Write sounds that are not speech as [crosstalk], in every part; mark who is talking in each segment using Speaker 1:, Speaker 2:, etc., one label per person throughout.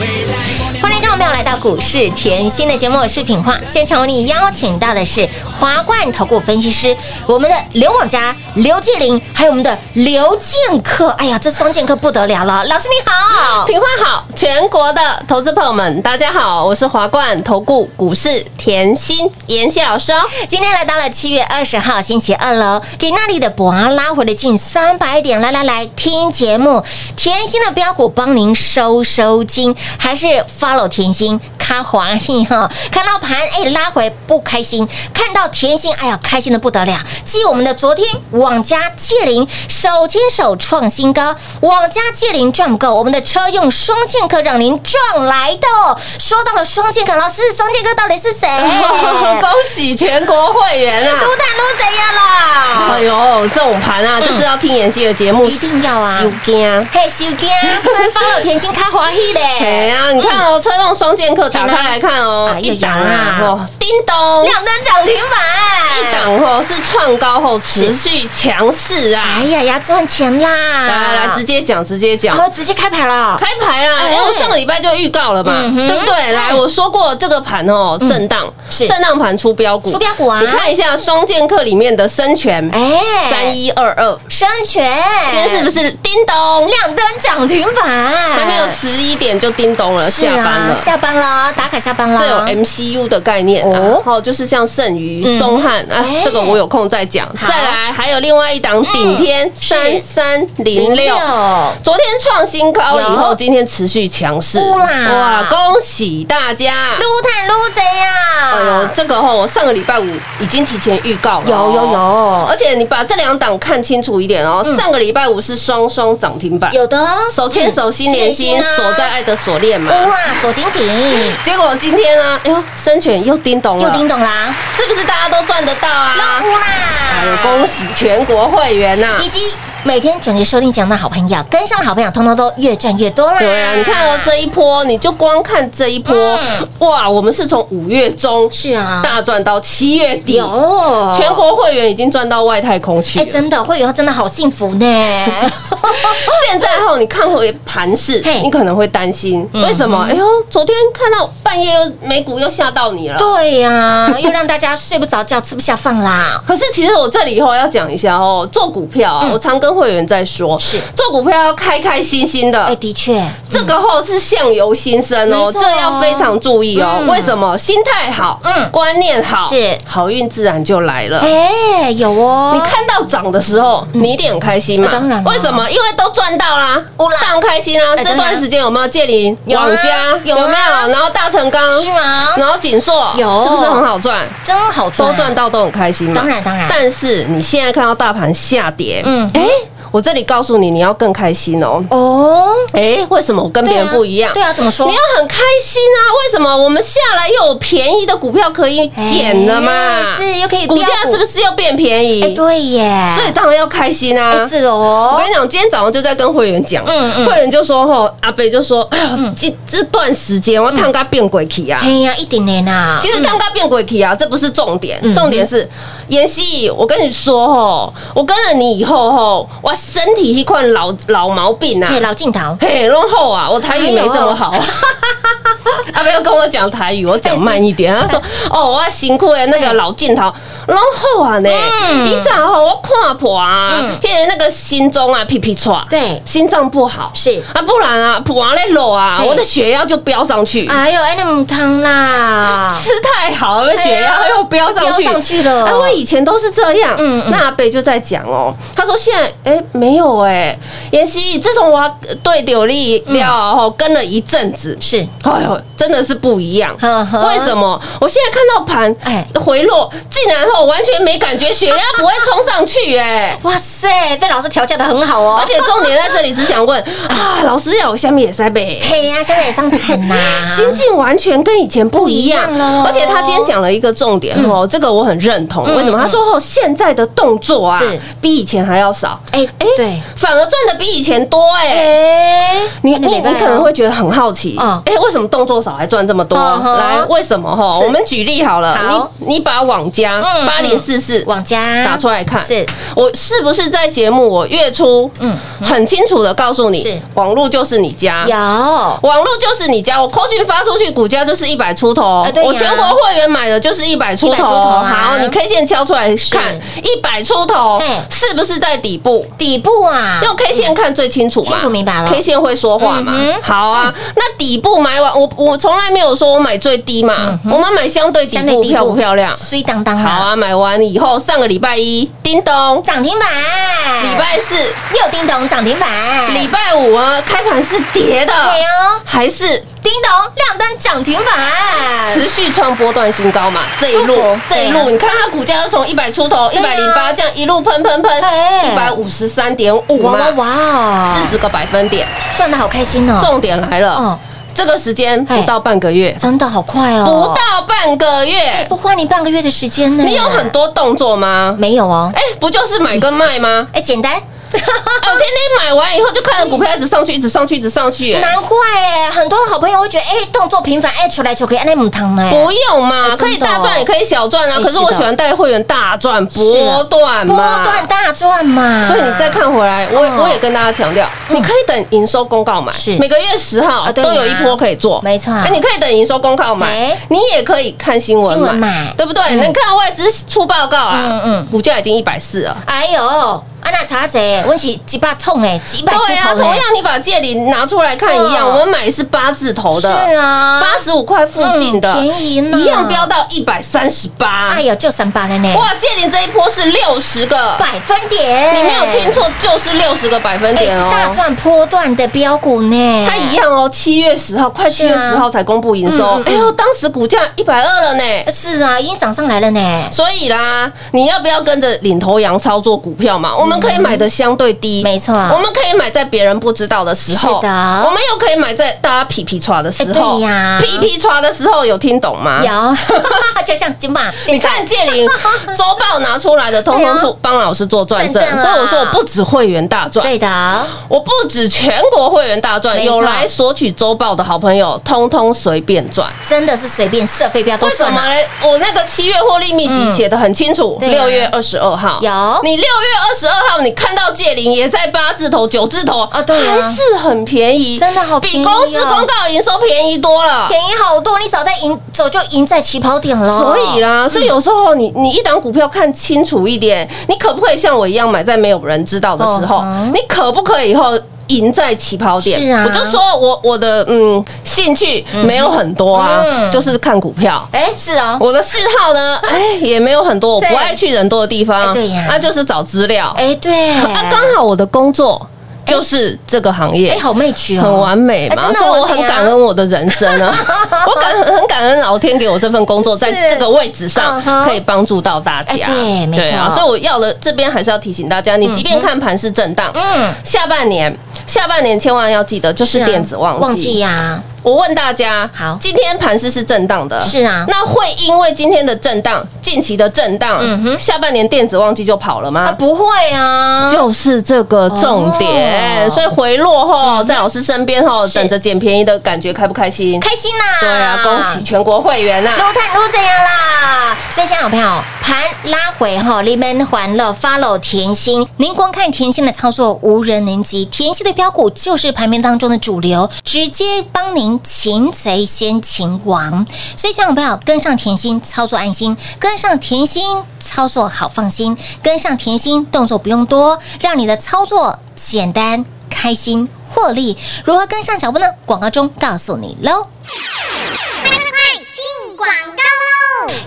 Speaker 1: 未来我俩
Speaker 2: 欢迎各位朋友来到股市甜心的节目，我是品化。现场为你邀请到的是华冠投顾分析师，我们的刘广佳、刘继林，还有我们的刘剑客。哎呀，这双剑客不得了了！老师你好，
Speaker 3: 平话好，全国的投资朋友们，大家好，我是华冠投顾股市甜心妍希老师哦。
Speaker 2: 今天来到了七月二十号星期二喽，给那里的博啊拉回了近三百点。来来来，听节目，甜心的标股帮您收收金，还是 follow 甜心。卡华嘿哈，看到盘哎、拉回不开心，看到甜心哎呀开心的不得了。继我们的昨天网家借零手牵手创新高，网家借零赚不够，我们的车用双剑客让您赚来的哦。说到了双剑客，老师双剑客到底是谁？[laughs]
Speaker 3: [laughs]
Speaker 2: 哎
Speaker 3: 恭喜全国会员啊！
Speaker 2: 撸蛋撸怎样啦？
Speaker 3: 哎呦，这种盘啊，就是要听妍希的节目，
Speaker 2: 一定要啊
Speaker 3: 收惊啊！
Speaker 2: 嘿，收惊，发了甜心开欢喜
Speaker 3: 哎
Speaker 2: 嘞，
Speaker 3: 呀，你看哦，车用双剑客打开来看哦
Speaker 2: 哎，呀
Speaker 3: 一档
Speaker 2: 哎呀
Speaker 3: 啊，
Speaker 2: 呀
Speaker 3: 哇，叮咚，
Speaker 2: 亮灯涨停板，
Speaker 3: 一档哦是创高后持续强势啊
Speaker 2: 哎！呀呀，赚钱啦！
Speaker 3: 来来来，直接讲，直接讲，
Speaker 2: 哦，直接开牌了，
Speaker 3: 开牌啦！
Speaker 2: 哎
Speaker 3: 因为我上个礼拜就预告了嘛，
Speaker 2: 嗯嗯哼
Speaker 3: 对不对？来，我说过这个盘哦，震荡
Speaker 2: 是
Speaker 3: 震荡盘出标股，
Speaker 2: 出标股啊
Speaker 3: 你看一下双剑客里面的生全
Speaker 2: 哎，
Speaker 3: 三一二二，
Speaker 2: 生全，
Speaker 3: 今天是不是叮咚？
Speaker 2: 亮灯涨停板？
Speaker 3: 还
Speaker 2: 还
Speaker 3: 没有十一点就叮咚了，
Speaker 2: 是
Speaker 3: 下班
Speaker 2: 啊，
Speaker 3: 了。
Speaker 2: 下班了，打卡下班了。
Speaker 3: 这有 MCU 的概念啊，
Speaker 2: 哦
Speaker 3: 然后就是像剩余
Speaker 2: 嗯、
Speaker 3: 松汉啊
Speaker 2: 哎，
Speaker 3: 这个我有空再讲。
Speaker 2: 好嗯
Speaker 3: 再来，还有另外一档顶天三三零六，昨天创新高以
Speaker 2: 有
Speaker 3: 后，今天持续强势，
Speaker 2: 呼啦
Speaker 3: 哇！恭喜大家！
Speaker 2: 撸碳撸贼啊呀！
Speaker 3: 哎呦，这个吼，我上个礼拜五已经提前预告了，哦
Speaker 2: 有有。有
Speaker 3: 而且你把这两档看清楚一点哦，上个礼拜五是双双涨停板，
Speaker 2: 有的哦，
Speaker 3: 手牵手心连心，
Speaker 2: 嗯啊
Speaker 3: 锁在爱的锁链嘛。
Speaker 2: 乌啦，锁紧紧，
Speaker 3: 结果今天呢，哎呦，深全又叮咚
Speaker 2: 又
Speaker 3: 了，
Speaker 2: 叮咚啦，
Speaker 3: 是不是大家都赚得到啊？
Speaker 2: 撸啦！
Speaker 3: 哎呦，恭喜啊全国会员呐、
Speaker 2: 以及每天准时收听讲的好朋友，跟上的好朋友，通通都越赚越多啦。
Speaker 3: 对啊，你看哦，这一波，你就光看这一波，
Speaker 2: 嗯
Speaker 3: 哇，我们是从五月中
Speaker 2: 是啊，
Speaker 3: 大赚到七月底，
Speaker 2: 有
Speaker 3: 全国会员已经赚到外太空去
Speaker 2: 哎，
Speaker 3: 了。
Speaker 2: 真的哦会员真的好幸福呢。
Speaker 3: [laughs] 现在后你看回盘势
Speaker 2: 嘿，
Speaker 3: 你可能会担心，
Speaker 2: 嗯
Speaker 3: 为什么？哎呦，昨天看到半夜又美股又吓到你了。
Speaker 2: 对呀、又让大家睡不着觉，吃不下饭
Speaker 3: [laughs]
Speaker 2: 啦。
Speaker 3: 可是其实我这里以后要讲一下哦，做股票啊，
Speaker 2: 嗯
Speaker 3: 我常跟会员在说，
Speaker 2: 是
Speaker 3: 做股票要开开心心的。
Speaker 2: 哎，的确，
Speaker 3: 这个后是相由心生哦，
Speaker 2: 没错
Speaker 3: 这
Speaker 2: 哦
Speaker 3: 要非常注意哦。
Speaker 2: 嗯
Speaker 3: 为什么？心态好，
Speaker 2: 嗯
Speaker 3: 观念好，
Speaker 2: 是
Speaker 3: 好运自然就来了。
Speaker 2: 哎，有哦，嗯
Speaker 3: 你，看到涨的时候，你一定很开心嘛？
Speaker 2: 啊当然啊
Speaker 3: 为什么？因为都赚到啦，
Speaker 2: 有啦
Speaker 3: 当然开心啊！
Speaker 2: 哎
Speaker 3: 这
Speaker 2: 当然
Speaker 3: 段时间有没有借你
Speaker 2: 有啊
Speaker 3: 网家？
Speaker 2: 有啊
Speaker 3: 没有？然后大成钢
Speaker 2: 是吗
Speaker 3: 然后锦硕
Speaker 2: 有
Speaker 3: 是不是很好赚？
Speaker 2: 真好
Speaker 3: 都
Speaker 2: 赚，
Speaker 3: 赚到都很开心嘛。
Speaker 2: 当然当然
Speaker 3: 但是你现在看到大盘下跌，
Speaker 2: 嗯
Speaker 3: 哎，我这里告诉你，你要更开心哦。
Speaker 2: 哦，
Speaker 3: 哎，为什么我跟别人不一样？
Speaker 2: 对啊，对啊怎么说
Speaker 3: 你？要很开心啊！为什么我们下来又有便宜的股票可以捡了嘛？
Speaker 2: 哎是又可以
Speaker 3: 股价
Speaker 2: 标
Speaker 3: 是不是又变便宜？
Speaker 2: 哎，对耶，
Speaker 3: 所以当然要开心啊！
Speaker 2: 哎是
Speaker 3: 我
Speaker 2: 哦
Speaker 3: 跟，你讲，今天早上就在跟会员讲，
Speaker 2: 嗯嗯
Speaker 3: 会员就说吼，阿北就说，哎呦，这这段时间
Speaker 2: 嗯
Speaker 3: 我探咖变鬼去啊。
Speaker 2: 哎呀，一点点呐，
Speaker 3: 其实蛋糕变鬼体啊，这不是重点
Speaker 2: 嗯，
Speaker 3: 重点是妍希，我跟你说吼，我跟了你以后吼，我身体一块老老毛病啊
Speaker 2: 哎，，老镜头，
Speaker 3: 嘿，弄后啊，我台语没这么
Speaker 2: 哎
Speaker 3: 好。阿没有跟我讲台语，我讲慢一点。他说：“
Speaker 2: 哎
Speaker 3: 哦，我辛苦的那个老镜头，弄后啊呢，
Speaker 2: 嗯
Speaker 3: 以前吼我看破啊
Speaker 2: 嗯，
Speaker 3: 现在那个心中啊屁屁喘，
Speaker 2: 对
Speaker 3: 心脏不好
Speaker 2: 是
Speaker 3: 啊，不然啊普完嘞漏啊，
Speaker 2: 嘿
Speaker 3: 我的血压就飙上去。”
Speaker 2: 哎呦，哎那么汤啦，
Speaker 3: 吃太好了，血压哎又飙上去，
Speaker 2: 飙啊上去了
Speaker 3: 哎，我以前都是这样。
Speaker 2: 嗯
Speaker 3: 嗯
Speaker 2: 嗯
Speaker 3: 那阿北就在讲哦，他说现在哎没有哎，妍希，自从我对柳丽了后跟了一阵子，
Speaker 2: 嗯是
Speaker 3: 哎呦，真的是不一样。
Speaker 2: 呵呵
Speaker 3: 为什么？我现在看到盘
Speaker 2: 哎
Speaker 3: 回落，竟然后完全没感觉，血压不会冲上去哎。
Speaker 2: 哇塞，被老师调教的很好 [laughs]
Speaker 3: 而
Speaker 2: 哦。
Speaker 3: 且重点在这里，只想问啊，老师要我下面也塞呗。
Speaker 2: 嘿呀，现在也上谈呐，
Speaker 3: 心境完全跟以前不一样
Speaker 2: 啊不一样了哦
Speaker 3: 而且他今天讲了一个重点哦，这个我很认同。
Speaker 2: 嗯
Speaker 3: 为什么？他说哦，现在的动作啊
Speaker 2: 是，
Speaker 3: 比以前还要少，
Speaker 2: 哎哎，对，
Speaker 3: 反而赚的比以前多哎。
Speaker 2: 哎，
Speaker 3: 你
Speaker 2: 那
Speaker 3: 你
Speaker 2: 没
Speaker 3: 你
Speaker 2: 办法
Speaker 3: 可能会觉得很好奇
Speaker 2: 嗯，
Speaker 3: 哎，为什么动作少还赚这么多？
Speaker 2: 嗯哼
Speaker 3: 来，为什么哈？
Speaker 2: 是
Speaker 3: 我们举例好了
Speaker 2: 好，
Speaker 3: 你你把网加
Speaker 2: 嗯
Speaker 3: 八零四四
Speaker 2: 往家
Speaker 3: 打出来看，
Speaker 2: 是
Speaker 3: 我是不是在节目我月初
Speaker 2: 嗯
Speaker 3: 嗯很清楚的告诉
Speaker 2: 是
Speaker 3: 你，网络就是你
Speaker 2: 啊
Speaker 3: 家
Speaker 2: 有，
Speaker 3: 网络就是你家，我扣讯发出去，股价就是一百出头
Speaker 2: 哎。对呀
Speaker 3: 我全国会员买的就是一百出
Speaker 2: 100出
Speaker 3: 头。
Speaker 2: 头啊
Speaker 3: 好，你 K 线敲出来看，一百出头
Speaker 2: 嘿
Speaker 3: 是不是在底部？
Speaker 2: 底部啊，
Speaker 3: 用 K 线看最清楚嘛，
Speaker 2: 清楚明白了
Speaker 3: K 线会说话嘛
Speaker 2: 嗯哼？[laughs]
Speaker 3: 好啊，那底部买完，我我从来没有说我买最低嘛，我们买相对
Speaker 2: 嗯
Speaker 3: 底
Speaker 2: 相对
Speaker 3: 部
Speaker 2: 底部
Speaker 3: 漂不漂亮？
Speaker 2: 水当当
Speaker 3: 好
Speaker 2: 啊，
Speaker 3: 啊，买完以后，上个礼拜一，叮咚，
Speaker 2: 涨停板，
Speaker 3: 礼拜四、
Speaker 2: 又叮咚涨停板，
Speaker 3: 礼拜五啊，开盘是跌的，
Speaker 2: 对哦，
Speaker 3: 还是
Speaker 2: 叮咚亮灯涨停板，
Speaker 3: 持续创波段新高嘛，这一
Speaker 2: 舒
Speaker 3: 路
Speaker 2: 服
Speaker 3: 这一
Speaker 2: 对啊
Speaker 3: 路，你看它股价从一百出头，一
Speaker 2: 对
Speaker 3: 百零
Speaker 2: 啊
Speaker 3: 八这样一路喷喷喷，
Speaker 2: 哎
Speaker 3: 一百五十三点五
Speaker 2: 哇
Speaker 3: 嘛
Speaker 2: 哇，哇
Speaker 3: 四
Speaker 2: 哦，
Speaker 3: 十个百分点。
Speaker 2: 赚的好开心哦，
Speaker 3: 重点来了，
Speaker 2: 哦，
Speaker 3: 这个时间不到半个月，
Speaker 2: 真的好快
Speaker 3: 不
Speaker 2: 哦，
Speaker 3: 到半个月，
Speaker 2: 不花你半个月的时间呢，
Speaker 3: 你有很多动作吗？
Speaker 2: 没有哦？
Speaker 3: 哎，不就是买跟卖吗？
Speaker 2: 哎，简单，嗯
Speaker 3: 啊我天天买完以后就看着股票一直上去，一直上去，一直上去，哎
Speaker 2: 难怪哎，很多好朋友会觉得哎动作频繁，哎求来求去，哎那母汤呢，
Speaker 3: 不用嘛，
Speaker 2: 哎真的
Speaker 3: 可以大
Speaker 2: 哦
Speaker 3: 赚也可以小赚啊。
Speaker 2: 哎
Speaker 3: 可是
Speaker 2: 是
Speaker 3: 我
Speaker 2: 的
Speaker 3: 喜欢带会员大赚波段嘛，
Speaker 2: 波段大赚嘛，
Speaker 3: 所以你再看回来，我也
Speaker 2: 嗯
Speaker 3: 我也跟大家强调，你可以等营收公告买，
Speaker 2: 是
Speaker 3: 每个月十号
Speaker 2: 啊对
Speaker 3: 都
Speaker 2: 呀
Speaker 3: 有一波可以做，
Speaker 2: 没错
Speaker 3: 哎你可以等营收公告买
Speaker 2: 哎，
Speaker 3: 你也可以看新闻
Speaker 2: 新闻买
Speaker 3: 对不对？
Speaker 2: 嗯
Speaker 3: 能看外资出报告啊，
Speaker 2: 嗯
Speaker 3: 嗯
Speaker 2: 嗯
Speaker 3: 嗯，股价已经一百四了。
Speaker 2: 哎呦，安娜查姐，我是几百痛哎，几百出
Speaker 3: 对啊，
Speaker 2: 头
Speaker 3: 同
Speaker 2: 呢
Speaker 3: 样你把借零拿出来看一样，
Speaker 2: 嗯
Speaker 3: 我们买是八字头的，
Speaker 2: 是啊，
Speaker 3: 八十五块附近的，
Speaker 2: 嗯便宜呢
Speaker 3: 一样飙到一百三十八
Speaker 2: 哎。呦，就三八了呢，
Speaker 3: 哇，借零这一波是六十个，
Speaker 2: 百分点，
Speaker 3: 你没有听错，就是六十个百分
Speaker 2: 哎，
Speaker 3: 点
Speaker 2: 是
Speaker 3: 哦。
Speaker 2: 大赚波段的标股呢，
Speaker 3: 它一
Speaker 2: [laughs]
Speaker 3: 样哦，七月十号，快
Speaker 2: 是
Speaker 3: 七
Speaker 2: 啊
Speaker 3: 月十号才公布营收
Speaker 2: 嗯嗯嗯。
Speaker 3: 哎呦，当时股价一百二了呢。
Speaker 2: 是啊，已经涨上来了呢，
Speaker 3: 所以啦，你要不要跟着领头羊操作股票嘛？我们可以买的相对低，
Speaker 2: 嗯没错
Speaker 3: 我们可以买在别人不知道的时候，
Speaker 2: 是的
Speaker 3: 我们又可以买在大家皮皮刷的时
Speaker 2: 哎
Speaker 3: 候，
Speaker 2: 对呀
Speaker 3: 皮皮刷的时候有听懂吗？
Speaker 2: 有， [laughs] 就像金马，
Speaker 3: 啊你看建林周报拿出来的，通通
Speaker 2: 对
Speaker 3: 是帮老师做转正
Speaker 2: 转，正
Speaker 3: 所
Speaker 2: 啊
Speaker 3: 以我说我不止会员大赚，
Speaker 2: 对的，
Speaker 3: 我不止全国会员大赚，
Speaker 2: 没错
Speaker 3: 有来索取周报的好朋友，通通随便赚。
Speaker 2: 真的是随便设飞镖都
Speaker 3: 为什
Speaker 2: 赚
Speaker 3: 么
Speaker 2: 了，
Speaker 3: 嘞？我那个七月获利秘籍写的很清楚，
Speaker 2: 对啊
Speaker 3: 六月二十二号
Speaker 2: 有
Speaker 3: 你六月二十二他们，你看到借零也在八字头、九字头
Speaker 2: 啊对啊
Speaker 3: 还是很便宜，
Speaker 2: 真的好便宜
Speaker 3: 比
Speaker 2: 哦
Speaker 3: 公司公告营收便宜多了。
Speaker 2: 便宜好多，你早在赢早就赢在起跑点了。
Speaker 3: 所
Speaker 2: 嗯
Speaker 3: 以啦，所以有时候你你一档股票看清楚一点，你可不可以像我一样买在没有人知道的时候
Speaker 2: 嗯哼？
Speaker 3: 你可不可以以后？赢在起跑点，
Speaker 2: 是啊
Speaker 3: 我就说我我的嗯兴趣没有很多啊，
Speaker 2: 嗯
Speaker 3: 就是看股票。
Speaker 2: 哎，是哦，
Speaker 3: [laughs] 我的嗜好
Speaker 2: [laughs]
Speaker 3: 呢，哎也没有很多，我
Speaker 2: 对
Speaker 3: 不爱去人多的地
Speaker 2: 哎
Speaker 3: 方，
Speaker 2: 对呀
Speaker 3: 那就是找资料。
Speaker 2: 哎对，
Speaker 3: 啊，刚好我的工作就是这个行业
Speaker 2: 哎，好 match 哦，
Speaker 3: 很完美
Speaker 2: 哎
Speaker 3: 嘛，
Speaker 2: 真的
Speaker 3: 所以我
Speaker 2: 完
Speaker 3: 很
Speaker 2: 美啊
Speaker 3: 感恩我的人生啊， [laughs] 我感很感恩老天给我这份工作，在
Speaker 2: 是
Speaker 3: 这个位置
Speaker 2: 嗯
Speaker 3: 上
Speaker 2: 哼
Speaker 3: 可以帮助到大家。
Speaker 2: 哎对没
Speaker 3: 啊
Speaker 2: 错
Speaker 3: 所以我要了这边还是要提醒大家，你即便看盘是震荡，
Speaker 2: 嗯，
Speaker 3: 下半年下半年千万要记得就是
Speaker 2: 啊
Speaker 3: 电子旺季。
Speaker 2: 忘记呀，
Speaker 3: 我问大家，
Speaker 2: 好
Speaker 3: 今天盘势是震荡的，
Speaker 2: 是啊
Speaker 3: 那会因为今天的震荡，近期的震荡，
Speaker 2: 嗯哼
Speaker 3: 下半年电子旺季就跑了吗？
Speaker 2: 啊不会啊，
Speaker 3: 就是这个重点，
Speaker 2: 哦
Speaker 3: 所以回落
Speaker 2: 嗯
Speaker 3: 后在老师身边后，等着捡便宜的感觉开不开心？
Speaker 2: 开心啦，
Speaker 3: 对啊，恭喜全国会员啊呐、
Speaker 2: 撸碳撸这样啦。所以，亲爱的朋友，盘拉回后，你们还了 follow 甜心，您光看甜心的操作无人能及，甜心的标股就是盘面当中的主流，直接帮您擒贼先擒王。所以，亲爱的朋友，跟上甜心操作安心，跟上甜心操作好放心，跟上甜心动作不用多，让你的操作简单开心。获利如何跟上脚步呢？广告中告诉你喽。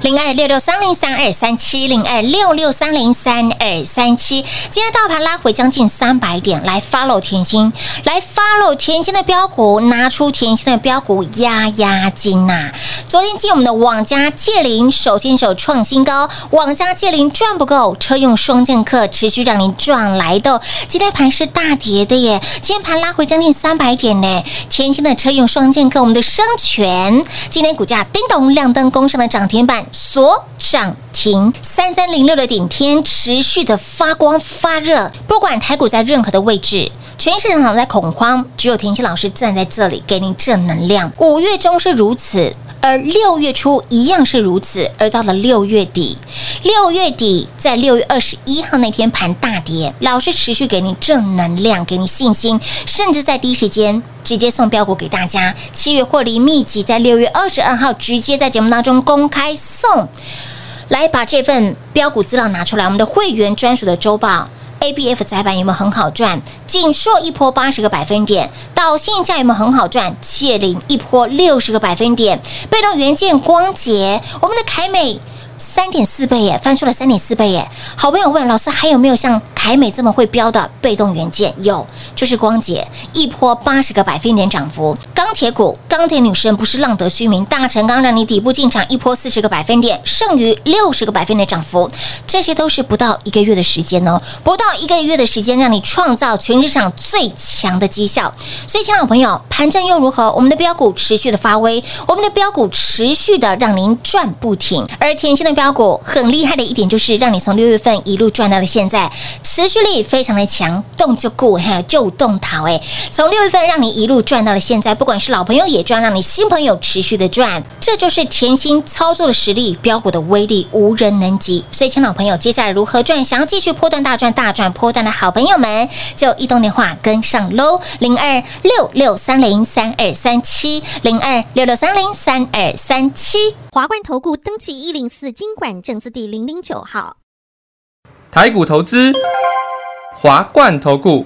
Speaker 2: 零二六六三零三二三七零二六六三零三二三七。今天大盘拉回将近三百点，来 follow 甜心，来 follow 甜心的标股，拿出甜心的标股压压惊呐、昨天进我们的网家借零手牵手创新高，网家借零赚不够，车用双剑客持续让您赚来的。今天盘是大跌的耶，今天盘拉回将近三百点呢。甜心的车用双剑客，我们的生全今天股价叮咚亮灯攻上了涨停板，所涨停三三零六的顶天持续的发光发热，不管台股在任何的位置。全市场在恐慌，只有甜心老师站在这里给您正能量。五月中是如此，而呃六月初一样是如此，而到了六月底，六月底在六月二十一号那天盘大跌，老师持续给你正能量，给你信心，甚至在第一时间直接送标股给大家。七月获利秘籍在六月二十二号直接在节目当中公开送，来把这份标股资料拿出来，我们的会员专属的周报。A B F 窄板有没有很好赚？锦硕一波八十个百分点，导线价有没有很好赚？借零一波六十个百分点，被动元件光捷，我们的凯美三点四倍耶，翻出了三点四倍耶。好朋友问老师，还有没有像凯美这么会标的被动元件？有，就是光捷一波八十个百分点涨幅。钢铁股，钢铁女神不是浪得虚名，大成钢让你底部进场一波四十个百分点，剩余六十个百分点涨幅，这些都是不到一个月的时间哦，不到一个月的时间让你创造全市场最强的绩效。所以，亲爱的朋友，盘正又如何？我们的标股持续的发威，我们的标股持续的让您赚不停。而甜心的标股很厉害的一点就是，让你从六月份一路赚到了现在，持续力非常的强，动就顾，还有就动逃哎。从六月份让你一路赚到了现在，不管是老朋友也赚，让你新朋友持续的赚，这就是甜心操作的实力，标股的威力无人能及。所以，亲爱的朋友，接下来如何赚？想要继续波段大赚大赚波段的好朋友们，就一通电话跟上喽，零二六六三零三二三七，零二六六三零三二三七。
Speaker 4: 华冠投顾登记一零四经管证字第零零九号。
Speaker 5: 台股投资，华冠投顾。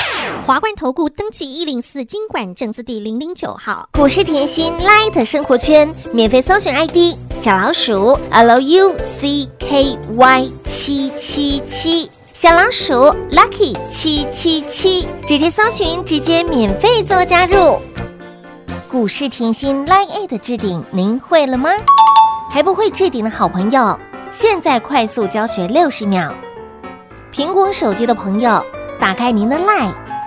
Speaker 4: 华冠投顾登记一零四经管证字第零零九号。
Speaker 6: 股市甜心 Light 生活圈免费搜寻 ID 小老鼠 Lucky 七七七，小老鼠 Lucky 七七七，直接搜寻，直接免费做加入。股市甜心 Line 的置顶，您会了吗？还不会置顶的好朋友，现在快速教学六十秒。苹果手机的朋友，打开您的 Line，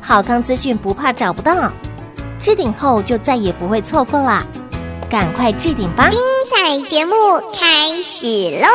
Speaker 6: 好康资讯不怕找不到，置顶后就再也不会错过啦，赶快置顶吧！
Speaker 4: 彩节目开始喽！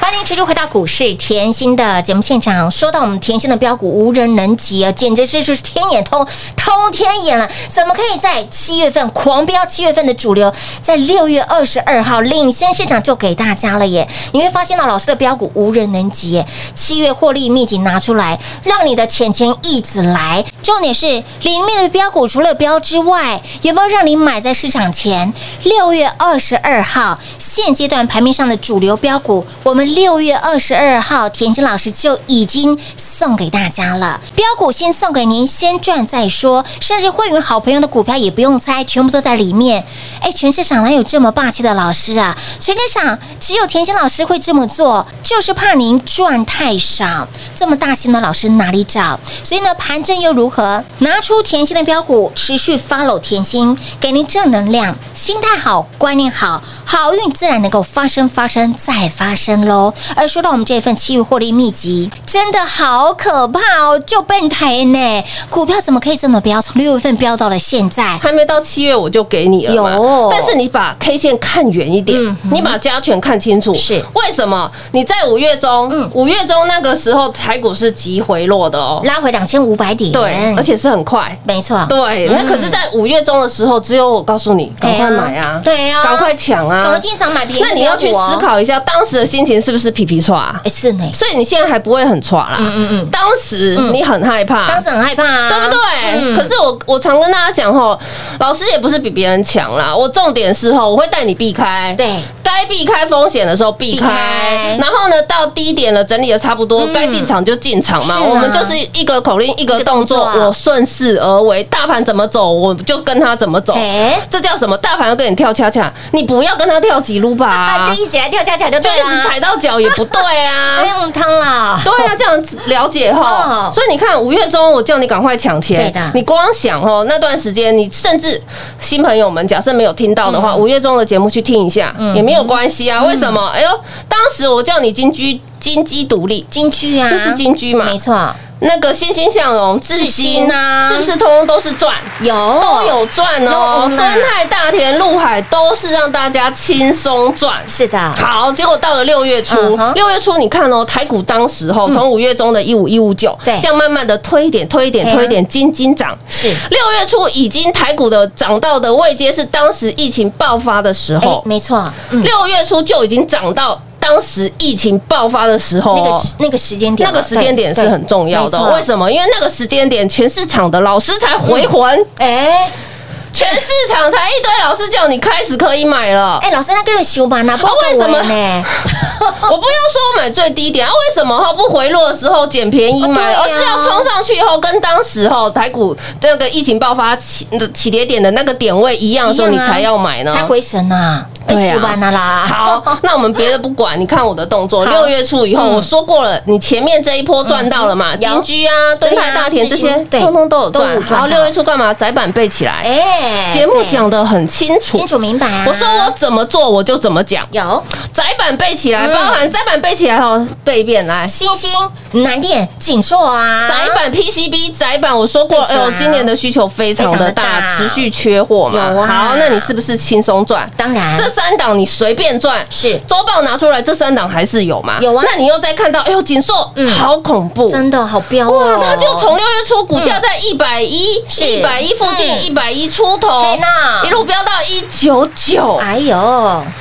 Speaker 2: 欢迎持续回到股市甜心的节目现场。说到我们甜心的标股无人能及啊，简直是就是天眼通通天眼了！怎么可以在七月份狂飙？七月份的主流在六月二十二号领先市场就给大家了耶！你会发现到老师的标股无人能及耶，七月获利秘籍拿出来，让你的钱钱一直来。重点是里面的标股除了标之外，有没有让你买在市场前？六月二十二号现阶段盘面上的主流标股，我们六月二十二号甜心老师就已经送给大家了。标股先送给您，先赚再说，甚至会员好朋友的股票也不用猜，全部都在里面。哎，全市场哪有这么霸气的老师啊？全市场只有甜心老师会这么做，就是怕您赚太少。这么大型的老师哪里找？所以呢，盘正又如何？拿出甜心的标股，持续 follow 甜心，给您正能量，心态好，观念好，好运自然能够发生，发生再发生喽。而说到我们这份七月获利秘籍，真的好可怕哦，就笨台呢，股票怎么可以这么飙？从六月份飙到了现在，
Speaker 3: 还没到七月我就给你了嘛
Speaker 2: 有
Speaker 3: 但是你把 K 线看远一点，
Speaker 2: 嗯哼
Speaker 3: 你把加权看清楚，
Speaker 2: 是嗯
Speaker 3: 为什么？你在五月中，五、月中那个时候台股是急回落的哦，
Speaker 2: 拉回两千五百点，
Speaker 3: 对，而且是很快，
Speaker 2: 没错，
Speaker 3: 对，那
Speaker 2: 嗯
Speaker 3: 可是，在五月中的时候，只有我告诉你，赶快买啊，
Speaker 2: 对啊，
Speaker 3: 赶快抢
Speaker 2: 赶快
Speaker 3: 啊，
Speaker 2: 进场买便宜的
Speaker 3: 那你要去
Speaker 2: 标股哦
Speaker 3: 思，考一下，当时的心情是不是皮皮挫啊？
Speaker 2: 哎，是呢，
Speaker 3: 所以你现在还不会很挫啦，
Speaker 2: 嗯嗯嗯，
Speaker 3: 当时
Speaker 2: 嗯
Speaker 3: 你很害怕，
Speaker 2: 当时很害怕啊，
Speaker 3: 对不对？
Speaker 2: 嗯
Speaker 3: 可是我我常跟大家讲吼，老师也不是比别人强啦，我重点是吼，我会带你避开，
Speaker 2: 对，
Speaker 3: 该避开风险的时候避
Speaker 2: 避开
Speaker 3: 开，然后呢，到低点了整理的差不多
Speaker 2: 嗯，
Speaker 3: 该进场就进场
Speaker 2: 是
Speaker 3: 嘛。
Speaker 2: 啊
Speaker 3: 我们就是一个口令一个动
Speaker 2: 一
Speaker 3: 作
Speaker 2: 个动，作
Speaker 3: 我顺势而为，大盘怎么走我就跟他怎么走
Speaker 2: 哎，
Speaker 3: 这叫什么？大盘要跟你跳恰恰，你不要跟他跳几路吧
Speaker 2: [laughs] 啊，，就一起来跳恰恰就
Speaker 3: 就
Speaker 2: 对
Speaker 3: 一直
Speaker 2: 了，
Speaker 3: 踩到脚也不对啊。
Speaker 2: 亮汤啦，
Speaker 3: 对啊，这样子了解哈
Speaker 2: 嗯。
Speaker 3: 所以你看，五月中我叫你赶快抢钱，
Speaker 2: 对的
Speaker 3: 你光想哦，那段时间你甚至新朋友们，假设没有听到的
Speaker 2: 嗯
Speaker 3: 话，五月中的节目去听一下也没有关系啊。为什么？哎呦，当时我叫你金居金鸡独立。
Speaker 2: 金居啊，
Speaker 3: 就是金居嘛，
Speaker 2: 没错，
Speaker 3: 那个欣欣向荣、
Speaker 2: 世
Speaker 3: 智
Speaker 2: 新
Speaker 3: 新
Speaker 2: 啊
Speaker 3: 是不是通通都是赚？
Speaker 2: 有
Speaker 3: 都有赚哦，
Speaker 2: No
Speaker 3: 敦
Speaker 2: 啦
Speaker 3: 泰、大田、陆海都是让大家轻松赚，
Speaker 2: 是的，
Speaker 3: 好，结果到了六月初
Speaker 2: 嗯哼，嗯
Speaker 3: 六、月初你看哦，台股当时候从五月中的一五一五九，
Speaker 2: 对
Speaker 3: 这样慢慢的推一点，推一点，
Speaker 2: 对啊
Speaker 3: 推一点，金金涨。
Speaker 2: 是
Speaker 3: 六月初已经台股的涨到的位阶是当时疫情爆发的时
Speaker 2: 哎
Speaker 3: 候，，
Speaker 2: 没错，嗯，
Speaker 3: 六、月初就已经涨到当时疫情爆发的时候、
Speaker 2: 那
Speaker 3: 哦
Speaker 2: 个。那个时间点
Speaker 3: 那
Speaker 2: 了，
Speaker 3: 个时间点是很重要的，哦为
Speaker 2: 么？
Speaker 3: 什么？因为那个时间点，全市场的老师才回魂，
Speaker 2: 哎
Speaker 3: 全市场才一堆老师叫你开始可以买了。
Speaker 2: 哎，老师，那个人修吧，那不然
Speaker 3: 哦为什么
Speaker 2: 我
Speaker 3: [laughs]
Speaker 2: 呢？
Speaker 3: 我不要说我买最低点啊，为什么哈不回落的时候捡便宜买，
Speaker 2: 哦
Speaker 3: 而
Speaker 2: 对啊
Speaker 3: 是要冲上去以后跟当时候台股这个疫情爆发起起跌点的那个点位一样的时候，
Speaker 2: 一
Speaker 3: 你
Speaker 2: 样啊
Speaker 3: 才要买呢？
Speaker 2: 才回神呐，
Speaker 3: 对
Speaker 2: 哎，
Speaker 3: 啊
Speaker 2: 修吧那啦，
Speaker 3: 好， [laughs] 那我们别的不管，你看我的动作。
Speaker 2: 好嗯
Speaker 3: 六月初以后，我说过了，你前面这一波赚到了嘛？
Speaker 2: 有
Speaker 3: 金居啊、敦
Speaker 2: 嗯对
Speaker 3: 泰、
Speaker 2: 啊
Speaker 3: 大田
Speaker 2: 这
Speaker 3: 这
Speaker 2: 些
Speaker 3: 些，
Speaker 2: 对
Speaker 3: 通通都有
Speaker 2: 都有
Speaker 3: 赚。
Speaker 2: 赚
Speaker 3: 然后
Speaker 2: 到
Speaker 3: 六月初干嘛？窄板背起来，
Speaker 2: 哎，
Speaker 3: 节目
Speaker 2: 对
Speaker 3: 讲得很清楚
Speaker 2: 清。楚明白啊，
Speaker 3: 我说我怎么做，我就怎么讲。
Speaker 2: 有
Speaker 3: 窄板背起来，
Speaker 2: 嗯
Speaker 3: 包含窄板背起来哦，背一遍来。
Speaker 2: 星星、南电、锦硕啊，
Speaker 3: 窄板 PCB 窄板，我说过，
Speaker 2: 非
Speaker 3: 哎
Speaker 2: 常
Speaker 3: 呦，今年的需求非常的
Speaker 2: 非常的大，
Speaker 3: 大持续缺货嘛。
Speaker 2: 有啊
Speaker 3: 好，那你是不是轻松赚？
Speaker 2: 当然
Speaker 3: 这三档你随便赚，
Speaker 2: 是
Speaker 3: 周报拿出来，这三档还是有嘛？
Speaker 2: 有啊
Speaker 3: 那你又再看到，哎呦，锦硕，
Speaker 2: 嗯
Speaker 3: 好恐怖，
Speaker 2: 真的好彪哦！
Speaker 3: 哇，它就从六月初股价在一百一、
Speaker 2: 是
Speaker 3: 一百一附近，一
Speaker 2: 嗯
Speaker 3: 百一出头
Speaker 2: 嘿呐，
Speaker 3: 一路飙到一九九，
Speaker 2: 哎呦，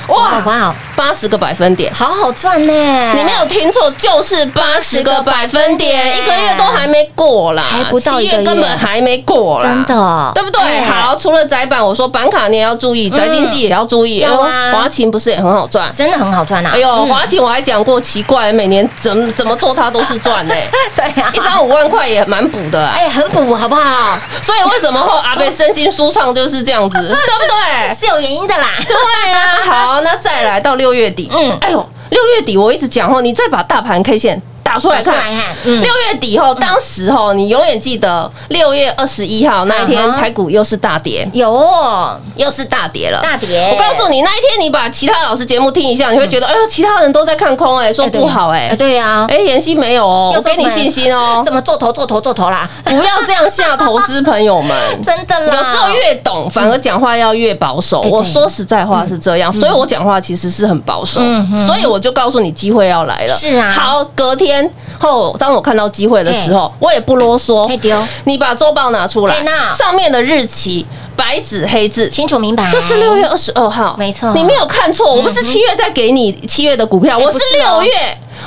Speaker 2: 哇哇，
Speaker 3: 八十个百分点。
Speaker 2: 好好赚呢！
Speaker 3: 你没有听错，就是八十个百分点，一个月都还没过啦，
Speaker 2: 还不到一
Speaker 3: 七
Speaker 2: 个月
Speaker 3: 月根本还没过啦，
Speaker 2: 真的
Speaker 3: 对不对
Speaker 2: 哎？
Speaker 3: 好，除了窄板，我说板卡你也要注意，宅经济也要注意，
Speaker 2: 有啊
Speaker 3: 哎呦华勤不是也很好赚？
Speaker 2: 真的很好赚啊！
Speaker 3: 哎呦，
Speaker 2: 嗯
Speaker 3: 华勤我还讲过，奇怪，每年怎么怎么做它都是
Speaker 2: [laughs]
Speaker 3: 赚呢，
Speaker 2: [laughs] 对啊，
Speaker 3: 一张五万块也蛮补的啊。
Speaker 2: 哎很补好不好？
Speaker 3: 所以为什
Speaker 2: [laughs]
Speaker 3: 么后阿贝身心舒畅就是这样子，对不对？
Speaker 2: 是有原因的啦。
Speaker 3: 对啊，好，那再来到六月底，
Speaker 2: 嗯
Speaker 3: 嗯，哎呦，六月底我一直讲哦，你再把大盘 K 线打出来
Speaker 2: 出
Speaker 3: 看。
Speaker 2: 来看，
Speaker 3: 哎
Speaker 2: 嗯
Speaker 3: 六月底后，当时吼，你永远记得六月二十一号那一天
Speaker 2: 嗯，哼
Speaker 3: 台股又是大跌，
Speaker 2: 有哦
Speaker 3: 又是大跌了。
Speaker 2: 大跌，
Speaker 3: 我告诉你，那一天你把其他老师节目听一下，你会觉得，哎呦，其他人都在看空，哎，说
Speaker 2: 哎对
Speaker 3: 不好，哎，
Speaker 2: 对啊，
Speaker 3: 哎，妍希没有哦，
Speaker 2: 又说
Speaker 3: 我给
Speaker 2: 什么
Speaker 3: 你信心 [laughs] 哦
Speaker 2: 什，么做头做头做头啦，。
Speaker 3: 不要这样吓投资朋友们
Speaker 2: 真的啦，嗯
Speaker 3: 有时候越懂，反而讲话要越保守。
Speaker 2: 哎对
Speaker 3: 我说实在话是这样，所以我讲话其实是很保守
Speaker 2: 嗯嗯，
Speaker 3: 所以我就告诉你机会要来了。
Speaker 2: 是啊
Speaker 3: 好，隔天后，当我看到机会的时候，我也不啰嗦
Speaker 2: 哎对哦。
Speaker 3: 你把周报拿出来
Speaker 2: 哎那，
Speaker 3: 上面的日期白纸黑字。
Speaker 2: 清楚明白，
Speaker 3: 就是六月二十二号，
Speaker 2: 没错嗯
Speaker 3: 你没有看错，我不是七月再给你七月的股票，我是
Speaker 2: 不是哦
Speaker 3: 六月，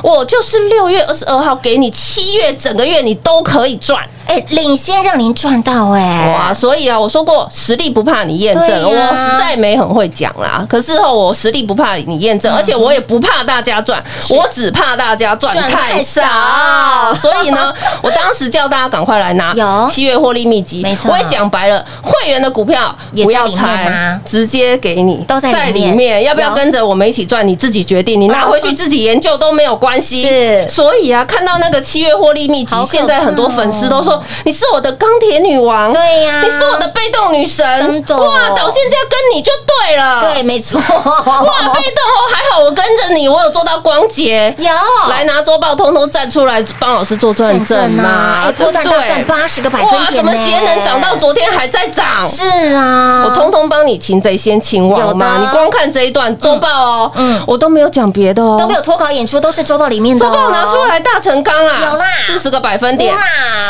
Speaker 3: 我就是六月二十二号给你七月整个月你都可以赚。
Speaker 2: 哎领先让您赚到哎，
Speaker 3: 哇，所以啊，我说过实力不怕你验证，
Speaker 2: 对呀
Speaker 3: 我实在没很会讲啦。可是哦，我实力不怕你验
Speaker 2: 嗯
Speaker 3: 证，而且我也不怕大家赚，我只怕大家赚
Speaker 2: 赚太
Speaker 3: 太
Speaker 2: 少
Speaker 3: 少。 [laughs] 所以呢，我当时叫大家赶快来拿
Speaker 2: 有
Speaker 3: 七月获利秘籍，
Speaker 2: 没错
Speaker 3: 我也讲白了，会员的股票
Speaker 2: 也
Speaker 3: 不
Speaker 2: 在
Speaker 3: 要
Speaker 2: 里面吗
Speaker 3: 猜，直接给你
Speaker 2: 都在里面
Speaker 3: 要不要
Speaker 2: 有哦
Speaker 3: 跟着我们一起赚？你自己决定，你拿回去自己研究都没有关系。
Speaker 2: 是
Speaker 3: 所以啊，看到那个七月获利秘籍
Speaker 2: 好，可
Speaker 3: 现在很多
Speaker 2: 怕哦
Speaker 3: 粉丝都说你是我的钢铁女王，
Speaker 2: 对呀，
Speaker 3: 你是我的被动女神，
Speaker 2: 啊真的
Speaker 3: 哇，导线架跟你就对了，
Speaker 2: 对，，没错，
Speaker 3: 哇，被动哦，还好我跟着你，我有做到光洁。
Speaker 2: 有
Speaker 3: 来拿周报，通通站出来帮老师做转
Speaker 2: 转
Speaker 3: 正
Speaker 2: 正啊，
Speaker 3: 嘛
Speaker 2: 哎，波段大赚八十个百分
Speaker 3: 哇，
Speaker 2: 点
Speaker 3: 怎
Speaker 2: 呢，
Speaker 3: 么节能涨到昨天还在涨？
Speaker 2: 是啊，
Speaker 3: 哦我通通帮你擒贼先擒
Speaker 2: 有
Speaker 3: 王嘛，
Speaker 2: 的
Speaker 3: 你光看这一段周报哦，
Speaker 2: 嗯
Speaker 3: 嗯，我都没有讲别的哦，
Speaker 2: 都没有脱稿演出，都是周报里面的
Speaker 3: 周
Speaker 2: 哦，
Speaker 3: 报拿出来大成钢啦，
Speaker 2: 有啦
Speaker 3: 四十个百分点
Speaker 2: 哇，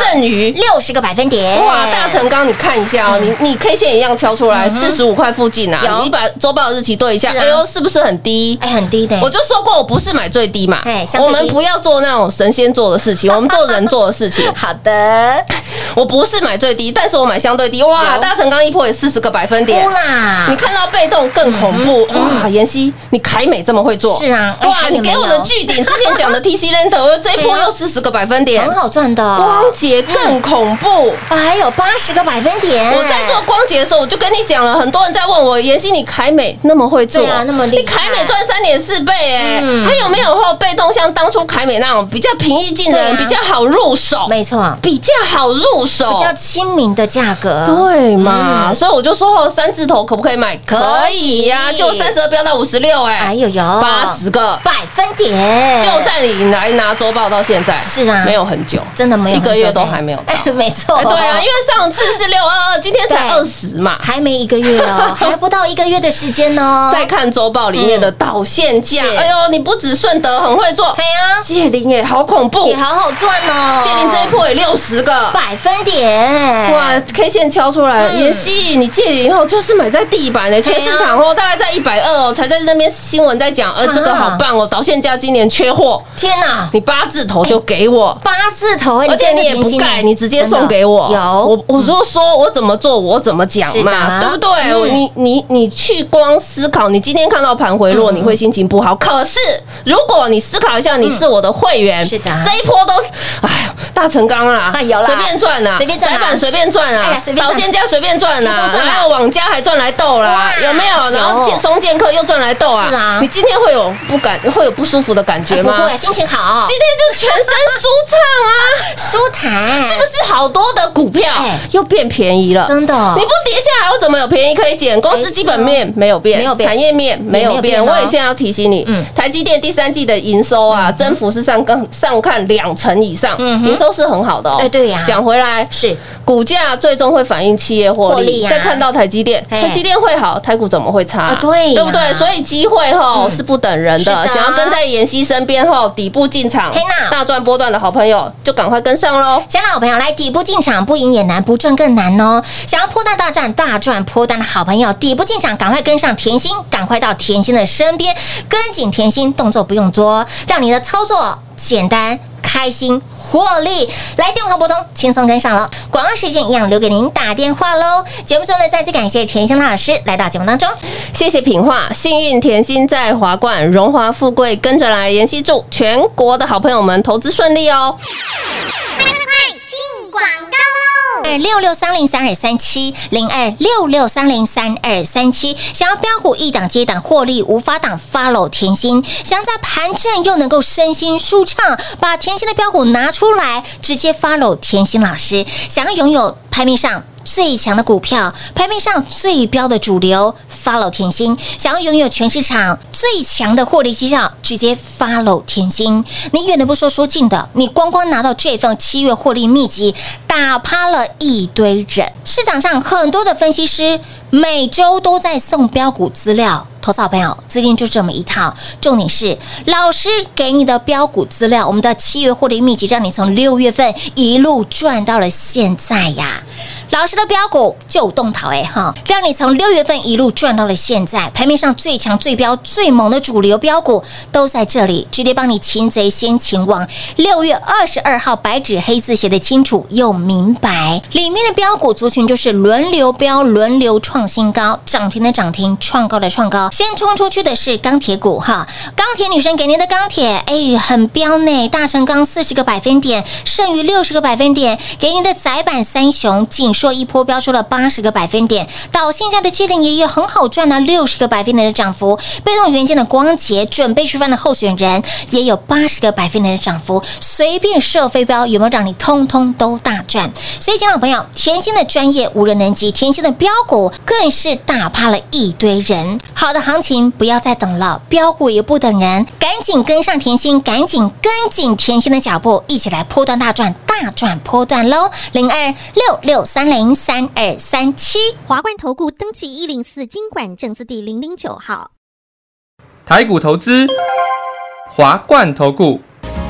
Speaker 3: 剩余
Speaker 2: 六十个百分点，
Speaker 3: 哇，大成刚，你看一下哦，你你 K 线一样敲出来四十五块附近啊
Speaker 2: 嗯有，
Speaker 3: 你把周报的日期对一下，
Speaker 2: 是啊
Speaker 3: 哎呦，是不是很低？
Speaker 2: 哎，很低的，
Speaker 3: 我就说过，我不是买最低嘛
Speaker 2: 哎相，对低
Speaker 3: 我们不要做那种神仙做的
Speaker 2: [laughs]
Speaker 3: 事情，我们做人做的事情。
Speaker 2: 好的，
Speaker 3: [laughs] 我不是买最低，但是我买相对低。哇，大成刚一破也四十个百分点
Speaker 2: 哭，嗯啦，
Speaker 3: 你看到被动更恐怖哇！妍希，你凯美这么会做，
Speaker 2: 是啊哎
Speaker 3: 哇！
Speaker 2: 还有
Speaker 3: 你
Speaker 2: 没
Speaker 3: 给
Speaker 2: 有
Speaker 3: 我的巨顶之前讲的 TC Lender，我
Speaker 2: [laughs]
Speaker 3: 这一波
Speaker 2: 对啊
Speaker 3: 又四十个百分点
Speaker 2: 很，好赚的，
Speaker 3: 光洁更恐怖。
Speaker 2: 还有八十个百分点，
Speaker 3: 我在做光洁的时候，我就跟你讲了，很多人在问我，妍希，你凯美那么会做，
Speaker 2: 对啊那么厉害
Speaker 3: 你凯美赚三点四倍哎、
Speaker 2: 嗯
Speaker 3: 还有没有后被动像当初凯美那种比较平易近人、
Speaker 2: 对啊
Speaker 3: 比较好入手，
Speaker 2: 没错，
Speaker 3: 比较好入手，
Speaker 2: 比较亲民的价格，
Speaker 3: 对嘛？
Speaker 2: 嗯
Speaker 3: 所以我就说哦，三字头可不可以买？
Speaker 2: 可以
Speaker 3: 呀、就三十二飙到五十六，哎，
Speaker 2: 哎呦呦，
Speaker 3: 八十个，
Speaker 2: 百分点，
Speaker 3: 就在你来拿周报到现在，
Speaker 2: 是啊
Speaker 3: 没有很久，
Speaker 2: 真的没有
Speaker 3: 一个
Speaker 2: 很久
Speaker 3: 月都
Speaker 2: 呢
Speaker 3: 还没有到
Speaker 2: 哎，没错，
Speaker 3: 哎，对
Speaker 2: [laughs]
Speaker 3: 啊，因为上次是六二二，今天才
Speaker 2: 对
Speaker 3: 二十嘛。
Speaker 2: 还没一个月哦，还不到一个月的时间
Speaker 3: [laughs]
Speaker 2: 哦，
Speaker 3: 再看周报里面的导线价，
Speaker 2: 是
Speaker 3: 哎呦，你不止顺德很会做，
Speaker 2: 对啊，
Speaker 3: 借零哎，好恐怖！
Speaker 2: 也好好赚哦，
Speaker 3: 借零这一波也六十个，
Speaker 2: 百分点，
Speaker 3: 哇，K 线敲出来，
Speaker 2: 嗯
Speaker 3: 妍希，你借零以后就是买在地板的，
Speaker 2: 对啊
Speaker 3: 全市场哦，大概在一百二哦，才在那边新闻在讲，呃，
Speaker 2: 啊
Speaker 3: 这个好棒哦，导线价今年缺货，
Speaker 2: 天哪，
Speaker 3: 你八字头就给我。
Speaker 2: 八字头，哎
Speaker 3: 而且
Speaker 2: 这样子
Speaker 3: 你也不
Speaker 2: 平心
Speaker 3: 盖，
Speaker 2: 的
Speaker 3: 你直接送给我。
Speaker 2: 真的有
Speaker 3: 我，我就说我怎么做，我怎么讲
Speaker 2: 是的
Speaker 3: 嘛，对不对？
Speaker 2: 嗯
Speaker 3: 我你你你去光思考，你今天看到盘回
Speaker 2: 嗯
Speaker 3: 落，你会心情不好。可是如果你思考一下，你是我的会员，
Speaker 2: 嗯是的
Speaker 3: 这一波都，哎呦，大成钢啦
Speaker 2: 哎有啦，
Speaker 3: 随便赚啦，
Speaker 2: 随便赚啦啊
Speaker 3: 窄板随便赚啊
Speaker 2: 哎呀
Speaker 3: 啦
Speaker 2: 随，便赚
Speaker 3: 导线价随便赚
Speaker 2: 轻松
Speaker 3: 啦，
Speaker 2: 赚啦
Speaker 3: 然后网家还赚来斗啦，
Speaker 2: 哇
Speaker 3: 有没有？然后
Speaker 2: 有
Speaker 3: 建松剑客又赚来斗啊，
Speaker 2: 是啊
Speaker 3: 你今天会有不感，会有不舒服的感
Speaker 2: 哎
Speaker 3: 觉
Speaker 2: 不
Speaker 3: 吗
Speaker 2: 会，？心情好，
Speaker 3: 今天就全身舒畅啊！
Speaker 2: 舒坦，
Speaker 3: 是不是好多的股票
Speaker 2: 哎
Speaker 3: 又变便宜了？
Speaker 2: 真的哦
Speaker 3: 你不跌下来，我怎么有便宜可以捡？公司基本面没有变
Speaker 2: 没有，变
Speaker 3: 产业面没有
Speaker 2: 也没有
Speaker 3: 变。
Speaker 2: 变哦
Speaker 3: 我也现在要提醒你
Speaker 2: 嗯，
Speaker 3: 台积电第三季的营收啊，增幅是上更上看两成以上，
Speaker 2: 嗯哼
Speaker 3: 营收是很好的哦
Speaker 2: 哎。对呀
Speaker 3: 讲回来
Speaker 2: 是
Speaker 3: 股价最终会反映企业获
Speaker 2: 获利
Speaker 3: 利。
Speaker 2: 呀
Speaker 3: 再看到台积电，
Speaker 2: 哎
Speaker 3: 台积电会好，台股怎么会差
Speaker 2: 啊？对呀嗯
Speaker 3: 对不对？所以机会吼是不等人
Speaker 2: 是的
Speaker 3: 的，想要跟在妍希身边吼底部进场
Speaker 2: 嘿呐，
Speaker 3: 大赚波段的好朋友就赶快跟上喽。
Speaker 2: 想老朋友来底部进场，不赢也难，不赚更难哦。想要破蛋大战、大赚破蛋的好朋友，底部进场，赶快跟上甜心，赶快到甜心的身边，跟紧甜心，动作不用多，让你的操作简单。开心获利，来电话拨通，轻松跟上喽。广告时间一样留给您打电话喽。节目中呢，再次感谢甜心老师来到节目当中。
Speaker 3: 谢谢品画，幸运甜心在华冠，荣华富贵跟着来。妍希祝全国的好朋友们投资顺利哦。
Speaker 4: 进广告喽！
Speaker 2: 二六六三零三二三七零二六六三零三二三七，想要标股一档接一档获利，无法挡 follow 甜心，想要在盘正又能够身心舒畅，把甜心的标股拿出来，直接 follow 甜心老师，想要拥有排面上。最强的股票，排面上最标的主流，follow 甜心。想要拥有全市场最强的获利绩效，直接 follow 甜心。你远的不说，说近的，你光光拿到这份七月获利秘籍，打趴了一堆人。市场上很多的分析师每周都在送标股资料。投资好朋友，资金就这么一套。重点是老师给你的标股资料，我们的七月获利秘籍，让你从六月份一路赚到了现在呀。老师的标股就有动桃哎哈，让你从六月份一路赚到了现在，盘面上最强、最标、最猛的主流标股都在这里，直接帮你擒贼先擒王。六月二十二号白纸黑字写的清楚又明白，里面的标股族群就是轮流标、轮流创新高，涨停的涨停，创高的创高。先冲出去的是钢铁股哈，钢铁女神给您的钢铁，哎，很标呢，大成钢四十个百分点，剩余六十个百分点，给您的窄板三雄锦硕一波标出了八十个百分点，导线价的七零爷爷很好赚了六十个百分点的涨幅，被动元件的光捷准备出发的候选人也有八十个百分点的涨幅，随便射飞镖有没有让你通通都大赚？所以，亲爱的朋友，甜心的专业无人能及，甜心的标股更是打趴了一堆人。好的行情不要再等了，标股也不等人，赶紧跟上甜心，赶紧跟紧甜心的脚步，一起来波段大赚，大赚波段喽！零二六六三零三二三七。
Speaker 4: 华冠投顾登记一零四经管证字第零零九号，
Speaker 5: 台股投资，华冠投顾。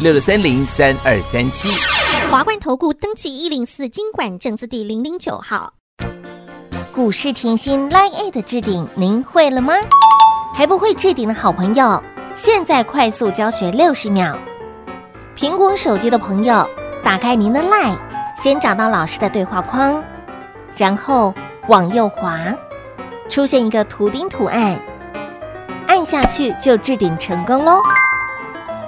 Speaker 7: 六六三零三二三七。
Speaker 4: 华冠投顾登记一零四经管证字第零零九号。
Speaker 6: 股市甜心 Line A 的置顶，您会了吗？还不会置顶的好朋友，现在快速教学六十秒。苹果手机的朋友，打开您的 Line，先找到老师的对话框，然后往右滑，出现一个图钉图案，按下去就置顶成功喽。